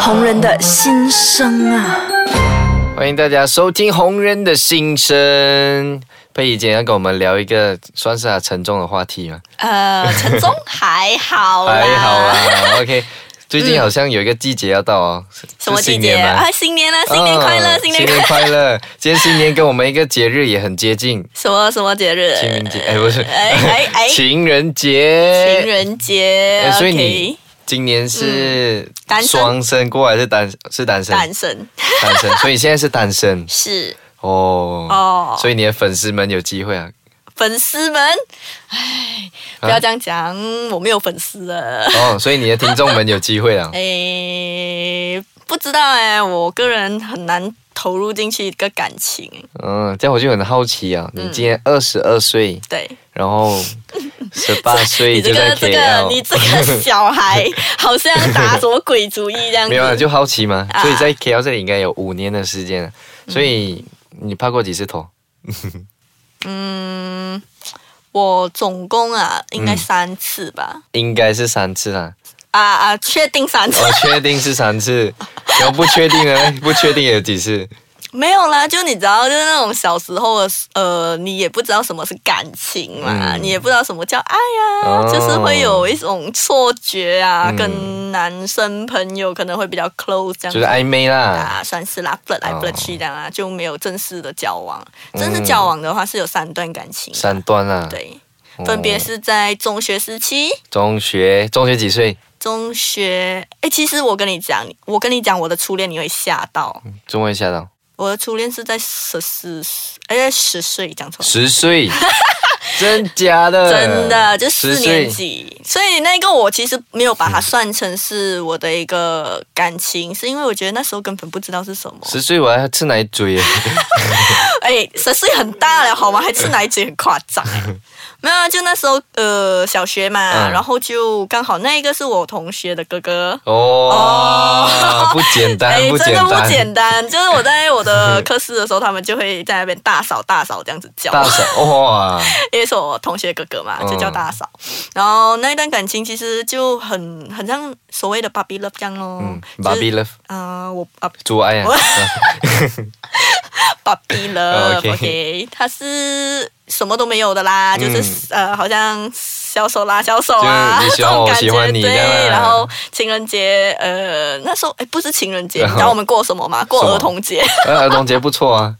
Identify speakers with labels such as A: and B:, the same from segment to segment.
A: 红人的心声啊！
B: 欢迎大家收听红人的心声。佩仪今天要跟我们聊一个算是啊沉重的话题嘛，
C: 呃，陈总还好啦，
B: 还好啦。OK，最近好像有一个季节要到哦，是
C: 什么
B: 是
C: 季
B: 新
C: 节
B: 年吗
C: 啊？新年啊，新年快乐，
B: 哦
C: 新年
B: 新
C: 快
B: 年
C: 乐！
B: 快乐！今天新年跟我们一个节日也很接近，
C: 什么什么节日？
B: 清明节哎不是
C: 哎哎 哎，情
B: 情人节。
C: 人节
B: 哎。所以
C: OK
B: 你今年是
C: 嗯单身
B: 双生过还是单是单身？
C: 单身
B: 单 身，所以你现在是单身
C: 是
B: 哦。
C: 哦，
B: 所以你的粉丝们有机会啊，
C: 粉丝们，哎，
B: 啊
C: 不要这样讲，我没有粉丝了。。
B: 哦，所以你的听众们有机会啊
C: 哎，不知道哎，我个人很难投入进去一个感情。
B: 嗯，这样我就很好奇啊，
C: 嗯
B: 你今年二十二岁，
C: 对，
B: 然后十八岁
C: 你这
B: 就
C: 个
B: 在
C: 这个你
B: KL，
C: 这 个小孩，好像打什么鬼主意这样子。
B: 没有啊，就好奇嘛。
C: 啊
B: 所以在 KL 这里应该有五年的时间了，所以你拍过几次拖？
C: 嗯，我总共啊，应该三次吧。
B: 应该是三次啦，
C: 啊啊，确定三次
B: 我确定是三次，然后不确定呢？不确定有几次？
C: 没有啦，就你知道，就是那种小时候的时，呃，你也不知道什么是感情嘛，
B: 嗯
C: 你也不知道什么叫爱呀、
B: 哦
C: 啊就是会有一种错觉啊，
B: 嗯
C: 跟男生朋友可能会比较 close 这样子
B: 就是暧昧啦。
C: 啊，算是啦，flirt 来
B: 哦嗯
C: flirt 去这样啊，就没有正式的交往。正式交往的话是有三段感情的，
B: 三段啦，
C: 对，
B: 哦
C: 分别是在中学时期。
B: 中学，中学几岁？
C: 中学，哎，其实我跟你讲，我跟你讲我的初恋，你会吓到。
B: 中文吓到
C: 我的初恋是在十四，哎，十岁讲错了，
B: 十岁，真假的？
C: 真的就四
B: 10
C: 年
B: 岁嗯
C: 级。所以那个我其实没有把它算成是我的一个感情，是因为我觉得那时候根本不知道是什么。
B: 十岁我还吃奶嘴耶，啊
C: 哎，十岁很大了好吗？还吃奶嘴很夸 张哎。没有啊，就那时候呃小学嘛，
B: 嗯
C: 然后就刚好那一个是我同学的哥哥。
B: 哦
C: 哦，
B: 不简单，
C: 哎，
B: 不
C: 真
B: 简
C: 的不
B: 单，
C: 简 单。就是我在我的科室的时候，他们就会在那边大嫂大嫂这样子叫，
B: 大嫂 哇，
C: 因为是我同学哥哥嘛，
B: 嗯
C: 就叫大嫂。然后那一段感情其实就很很像所谓的 Barbie love 这样咯。
B: 嗯
C: 就是
B: ，Barbie love，
C: 啊、我啊
B: 猪爱啊，
C: Barbie love，OK，、
B: OK
C: 他是什么都没有的
B: 嗯
C: 啦，就是呃，好像小手拉小手啊，
B: 就是你喜
C: 这
B: 欢
C: 种
B: 我
C: 感
B: 喜欢
C: 觉
B: 你
C: 对
B: 这样啊。
C: 然后情人节，呃，那时候哎，不是情人节， 你知道我们过什么吗？过
B: 什么
C: 儿童节。
B: 呃儿童节不错 啊，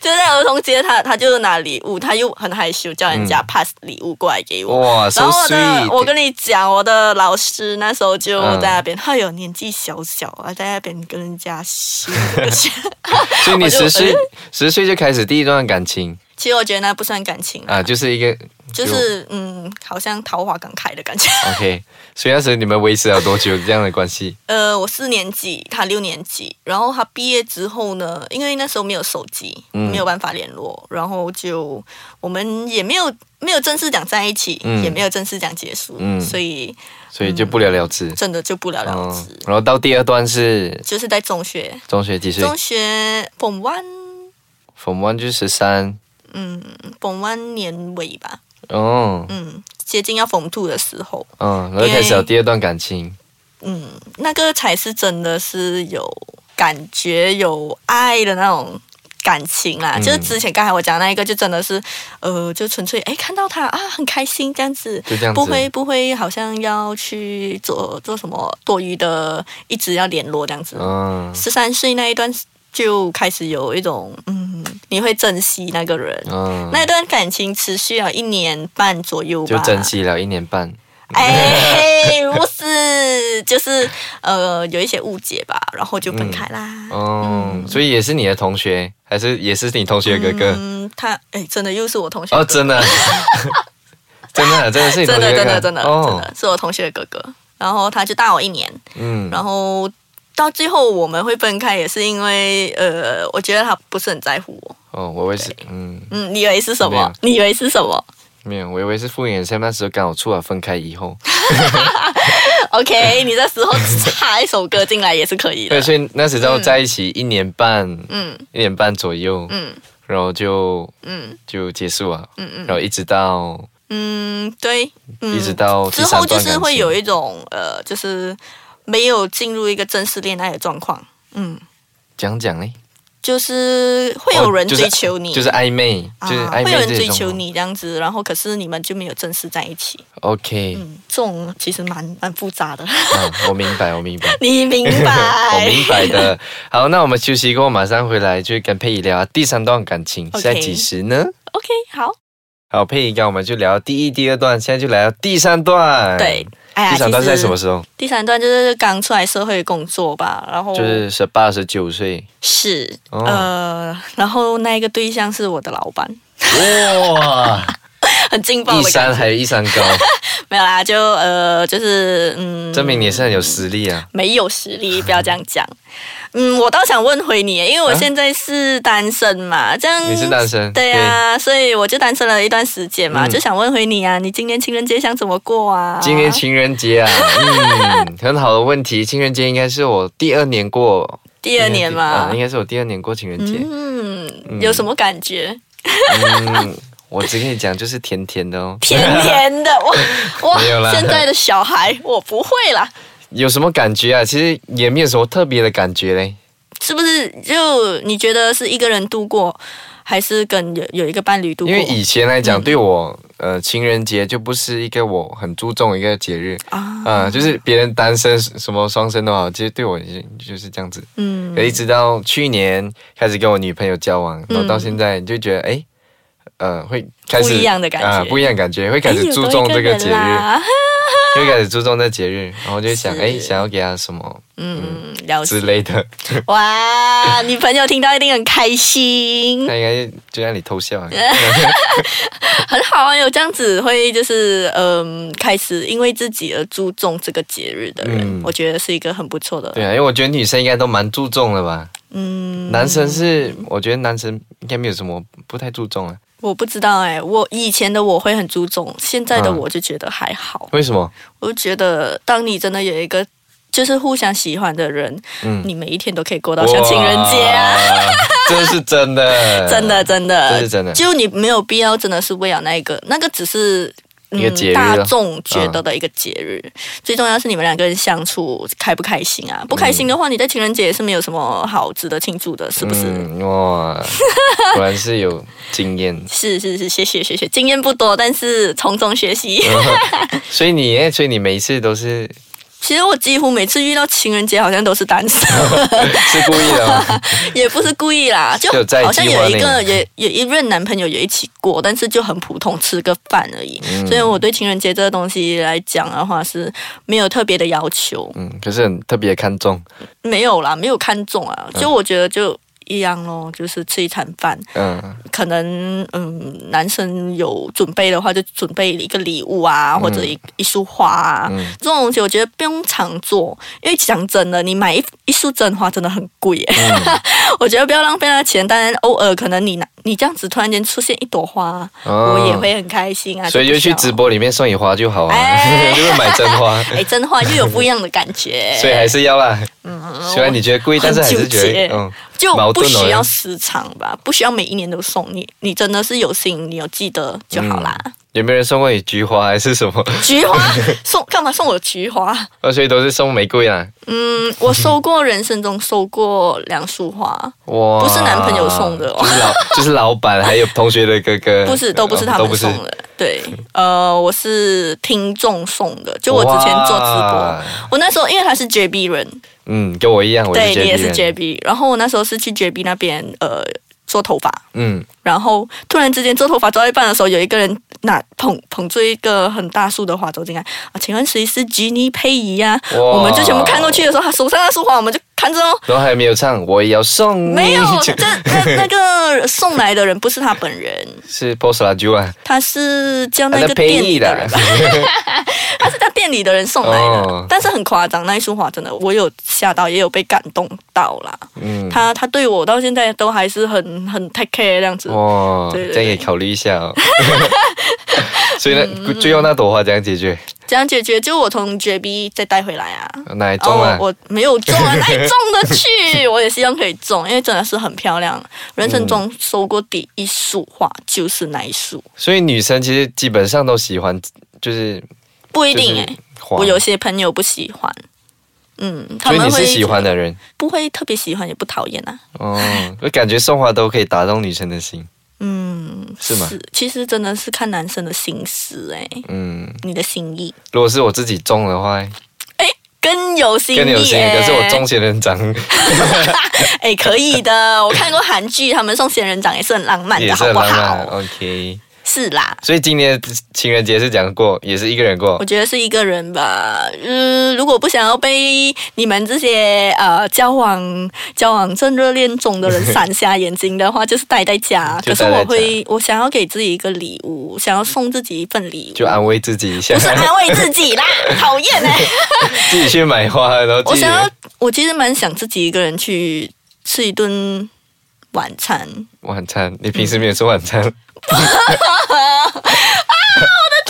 C: 就在儿童节他，他就拿礼物，他又很害羞，叫人家 pass 礼物过来给我。
B: 哇，so
C: 然
B: 哦
C: 后我的，我
B: sweet，
C: 跟你讲，我的老师那时候就在那边，
B: 嗯
C: 哎呦，年纪小小啊，在那边跟人家 学。
B: 所以你
C: 我就呃
B: 十岁十岁就开始第一段感情
C: 其实我觉得那不算感情啊，
B: 啊，就是一个
C: 就是嗯，好像桃花刚开的感觉。
B: OK，所以那时候你们维持了多久这样的关系？
C: 呃，我四年级，他六年级，然后他毕业之后呢，因为那时候没有手机，
B: 嗯
C: 没有办法联络，然后就我们也没有没有正式讲在一起，
B: 嗯
C: 也没有正式讲结束，
B: 嗯
C: 所以
B: 所以就不了了之。嗯
C: 真的就不了了之。
B: 然后到第二段是
C: 就是在中学，
B: 中学几岁
C: 中学本湾，
B: ？From one 就十三，
C: 嗯，本湾年尾吧，
B: 哦，
C: 嗯，接近要逢兔的时候，
B: 嗯，然后开始有第二段感情，
C: 嗯，那个才是真的是有感觉、有爱的那种感情啦。
B: 嗯
C: 就是之前刚才我讲那一个，就真的是，呃，就纯粹哎看到他啊很开心这样子，
B: 就这样子。
C: 不会不会好像要去做做什么多余的，一直要联络这样子。
B: 嗯，
C: 十三岁那一段就开始有一种，嗯，你会珍惜那个人。
B: 嗯
C: 那段感情持续了一年半左右吧，
B: 就珍惜了一年半。
C: 哎，不是，就是呃有一些误解吧，然后就分开啦。
B: 哦、所以也是你的同学，还是也是你同学的哥哥？
C: 嗯，他哎，真的又是我同学
B: 哦，
C: 的哥哥
B: 真的， 真的，真的是你同
C: 真的
B: 学哥
C: 真
B: 哥，
C: 的真的真
B: 哦
C: 的，是我同学的哥哥，然后他就大我一年，
B: 嗯，
C: 然后到最后我们会分开，也是因为呃，我觉得他不是很在乎我。
B: 哦，我以为是，嗯，
C: 嗯，你以为是什
B: 没有
C: 么？你以为是什么
B: 没有，我以为是傅衍生那时候刚好出了分开以后，
C: ？OK，你 这时候插一首歌进来也是可以的
B: 对，。所以那时候在一起一年半，
C: 嗯
B: 一年半左右，
C: 嗯
B: 然后就
C: 嗯
B: 就结束了，然后一直到
C: 嗯，对，嗯
B: 一直到第
C: 之
B: 三
C: 后
B: 段
C: 就
B: 感
C: 是
B: 情
C: 会有一种呃，就是没有进入一个正式恋爱的状况。嗯，
B: 讲讲嘞，
C: 就是会有人
B: 哦就是
C: 追求你，
B: 就是暧昧，就是
C: 啊，
B: 暧昧
C: 会有人
B: 这
C: 追
B: 种
C: 求。你这样子，然后可是你们就没有正式在一起。
B: OK，、
C: 嗯，这种其实蛮蛮复杂的，
B: 嗯，我明白，我明白。
C: 你明
B: 我
C: 白？
B: 明白 的。好，那我们休息过后马上回来，就跟佩仪聊第三段感情
C: OK
B: 现在几时呢？
C: OK，好，
B: 好，佩仪刚我们就聊第一、第二段，现在就来到第三段。
C: 对。哎呀，
B: 第三段
C: 其
B: 是
C: 实
B: 在什么时候？
C: 第三段就是刚出来社会工作吧，然后
B: 就是十八、十九岁。
C: 是
B: 哦
C: 呃，然后那一个对象是我的老板，
B: 哇，
C: 很劲爆
B: 一
C: 的
B: 山
C: 感觉。
B: 还有一山 高，
C: 没有啦，就呃，就是嗯，
B: 证明你也是很有实力啊。
C: 没有实力，不要这样讲。 嗯，我倒想问回你，因为我
B: 啊
C: 现在是单身嘛，这样
B: 你是单身，
C: 嗯对啊，所以我就单身了一段时间嘛，
B: 嗯
C: 就想问回你啊，你今年情人节想怎么过啊？
B: 今年情人 节啊，嗯，很好的问题。情人节应该是我第二年过，
C: 第二年嘛
B: 啊，应，该是我第二年过情人节。
C: 嗯，有什么感觉？
B: 嗯，我只跟你讲，就是甜甜的哦。
C: 甜甜的， 我
B: 没有
C: 我
B: 啦
C: 现在的小孩我不会啦，
B: 有什么感觉啊？其实也没有什么特别的感觉嘞。
C: 是不是？就你觉得是一个人度过，还是跟有有一个伴侣度过？
B: 因为以前来
C: 嗯
B: 讲，对我，呃，情人节就不是一个我很注重的一个节日
C: 啊，
B: 啊、就是别人单身什么双生的话，其实对我已经就是这样子。
C: 嗯
B: 可一直到去年开始跟我女朋友交往，然后到现在就觉得，哎，呃，会开始
C: 不一样的感觉哎
B: 啊不一样的感觉，会开始注重这个节日，
C: 哎有多一人啦
B: 会开始注重这个节日，然后就想，
C: 是
B: 哎，想要给她什么
C: 嗯，了解
B: 之。类的，
C: 哇，女朋友听到一定很开心，
B: 她应该就让你偷 笑啊。
C: 很好啊，有这样子会就是嗯，开始因为自己而注重这个节日的人，
B: 嗯
C: 我觉得是一个很不错的。
B: 对啊，因为我觉得女生应该都蛮注重的吧。
C: 嗯，
B: 男生是，我觉得男生应该没有什么不太注重啊。
C: 我不知道哎、我以前的我会很注重，现在的
B: 嗯
C: 我就觉得还好。
B: 为什么？
C: 我就觉得当你真的有一个就是互相喜欢的人，
B: 嗯
C: 你每一天都可以过到像情人节啊。
B: 哇，这是真 的，
C: 真的，真
B: 这
C: 的，
B: 是真的
C: 就你没有必要，真的是为了那一个，那个只是。嗯
B: 一个节日啊嗯
C: 大众觉得的一个节日，最重要是你们两个人相处开不开心啊？不开心的话，你在情人节也是没有什么好值得庆祝的，是不是？
B: 嗯，哇，果然是有经验。
C: 是是是，谢谢谢谢，经验不多，但是从中学习。
B: 嗯所以你，哎所以你每一次都是
C: 其实我几乎每次遇到情人节，好像都是单身，
B: 是故意 的吗？
C: 也不是故意啦，就
B: 就在
C: 好像
B: 计
C: 有
B: 划
C: 一
B: 内
C: 个也有一任男朋友也一起过，但是就很普通，吃个饭而已。
B: 嗯
C: 所以我对情人节这个东西来讲的话，是没有特别的要求，
B: 嗯，可是很特别看重，
C: 没有啦，没有看重啊。就我觉得就。一样咯，就是吃一餐饭，
B: 嗯，
C: 可能嗯，男生有准备的话，就准备一个礼物啊，或者一、一束花啊，
B: 嗯
C: 这种东西我觉得不用常做，因为讲真的，你买一一束真花真的很贵耶。
B: 嗯
C: 我觉得不要浪费那钱，当然偶尔可能你拿你这样子突然间出现一朵花，
B: 哦
C: 我也会很开心啊。
B: 所以就去直
C: 播，
B: 播里面送你花就好啊，
C: 哎
B: 就是买真 花，
C: 哎，真花又有不一样的感觉
B: ，所以还是要啦。虽然你觉得贵，但是还是
C: 嗯很纠
B: 觉
C: 结
B: 得，嗯，
C: 就
B: 矛
C: 不
B: 盾哦
C: 需要时常吧，不需要每一年都送你，你真的是有心，你有记得就好啦。
B: 有没有人送过你菊花还是什么？
C: 菊花 送干嘛送我菊花？
B: 哦，所以都是送玫瑰啦。
C: 嗯，我收过人生中收过两束花，
B: 哇，
C: 不是男朋友送的哦
B: 就是老就是老板还有同学的哥哥，
C: 不是都不是他
B: 哦都不
C: 们
B: 是
C: 送的。对，呃，我是听众送的，就我之前做直播
B: 哇，
C: 我那时候因为他是 JB 人，
B: 嗯，跟我一样，我
C: 对
B: 是
C: 你也
B: JB
C: 是
B: 人
C: JB，然后我那时候是去 JB 那边呃做头发，
B: 嗯，
C: 然后突然之间做头发做到一半的时候，有一个人拿捧捧住一个很大束的花走进来啊，请问谁是吉尼佩仪呀、
B: 哇
C: 我们就全部看过去的时候，他手上那束花我们就看着哦。
B: 然后还没有唱，我也要送你，，
C: 没有
B: 就
C: 这那那个送来的人不是他本人，
B: 是 Post 拉朱啊，
C: 他是叫
B: 他
C: 那
B: 的
C: 个
B: 配
C: 店
B: 艺
C: 里的
B: 的
C: 人，，他是叫店里的人 送来的，
B: 哦
C: 但是很夸张，那一束花真的我有吓到，也有被感动到啦。
B: 嗯，
C: 他他对我到现在都还是很很 take care 这样
B: 哦
C: 子。
B: 哇，
C: 对对对
B: 这样也考虑一下 哦。所以
C: 嗯
B: 呢，最后那朵花怎样解决？
C: 这样解决，就我从 JB 再带回来啊。
B: 哪一种啊
C: 哦，？我没有中啊，哪里中得去？我也希望可以中，因为真的是很漂亮。人
B: 嗯
C: 生中收过第一束花就是那一束，
B: 所以女生其实基本上都喜欢，就是
C: 不一
B: 就
C: 定
B: 是
C: 哎、
B: 花
C: 我有些朋友不喜欢，嗯，他
B: 所以
C: 们
B: 你
C: 会
B: 是喜欢的人
C: 不会特别喜欢，也不讨厌啊。
B: 哦，我感觉送花都可以打动女生的心，
C: 嗯，
B: 是吗
C: 其实真的是看男生的心思哎、
B: 嗯，
C: 你的心意
B: 如果是我自己中的话，
C: 更有心意、欸，
B: 更有心，可是我中仙人掌
C: 哎、可以的。我看过韩剧，他们送仙人掌也是很浪漫
B: 也
C: 的，
B: 是
C: 好
B: 很
C: 不
B: 浪漫
C: 好？
B: ，OK。
C: 是啦，
B: 所以今年的情人节是讲过，也是一个人过
C: 我，觉得是一个人吧。嗯，如果不想要被你们这些呃交往交往正热恋中的人闪瞎眼睛的话，就是待在家。
B: 嗯就
C: 可是
B: 待在
C: 我
B: 家
C: 会，我想要给自己一个礼物，想要送自己一份礼
B: 就
C: 物。
B: 安慰自己一下
C: 不，是安慰自己啦，讨厌哎！
B: 自己去买花，然后
C: 我
B: 自己
C: 想要，我其实蛮想自己一个人去吃一顿晚餐。
B: 晚餐。你平时没有吃晚 餐
C: 啊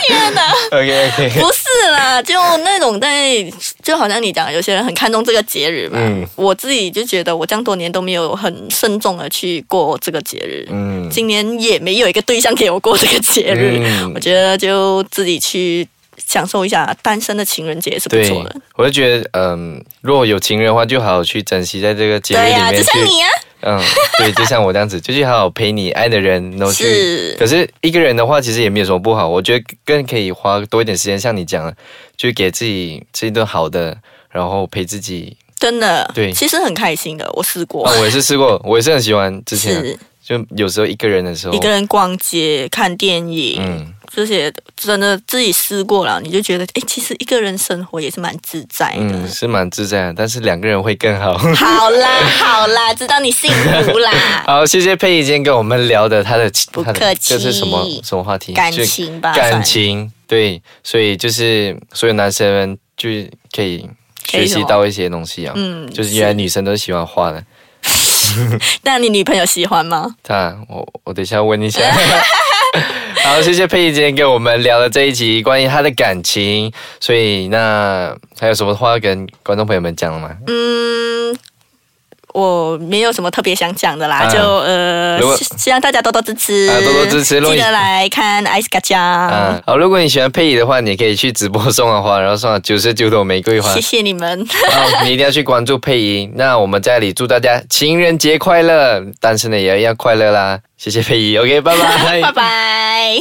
C: 天哪！
B: ？OK OK，
C: 不是啦，就那种在，就好像你讲，有些人很看重这个节日嘛。
B: 嗯
C: 我自己就觉得，我这样多年都没有很慎重的去过这个节日，
B: 嗯，
C: 今年也没有一个对象给我过这个节日。
B: 嗯
C: 我觉得就自己去享受一下单身的情人节也是不
B: 对
C: 错的。，
B: 我就觉得，嗯，如果有情人的话，就好好去珍惜在这个节日
C: 对
B: 里
C: 呀、就
B: 面去，
C: 像你啊，
B: 嗯，对，就像我这样子，就去好好陪你爱的人，然后去。
C: 是
B: 可是一个人的话，其实也没有什么不好，我觉得更可以花多一点时间，像你讲的，就给自己吃一顿好的，然后陪自己。
C: 真的，
B: 对
C: 其实很开心的，我试过
B: 啊，，我也是试过，我也是很喜欢之前
C: 是
B: 就有时候一个人的时候，
C: 一个人逛街、看电影。
B: 嗯，
C: 这些真的自己试过了，你就觉得，哎，其实一个人生活也是蛮自在的。
B: 嗯，是蛮自在的，但是两个人会更好。
C: 好啦， 好啦，知道你幸福 啦，
B: 好，谢谢佩仪今天跟我们聊的她的
C: 不
B: 她的
C: 客气
B: 这是什么什么话题？
C: 感
B: 就
C: 情吧，
B: 感情对，所以就是所有男生们就可以
C: 可以
B: 学
C: 什么
B: 习到一些东西啊，
C: 嗯
B: 就是原来女生都喜欢花的。
C: 算。那你女朋友喜欢吗？
B: 她，我我等一下问一下。好，谢谢佩仪今天跟我们聊了这一集关于她的感情，所以那还有什么话要跟观众朋友们讲的吗？
C: 嗯。我没有什么特别想讲的啦，
B: 啊
C: 就呃
B: 如果，
C: 希希望大家多多支持，
B: 啊多多支持如果
C: 记
B: 你
C: 得来看《艾斯卡
B: 啊
C: 加，
B: 好，如果你喜欢佩仪的话，你可以去直播送她花，然后送她九十九朵玫瑰》，花
C: 谢。谢你们，
B: 好，你一定要去关注佩仪。那我们在这里祝大家情人节快乐，单身的也要快乐啦！谢谢佩仪，OK，拜 拜
C: 拜。拜。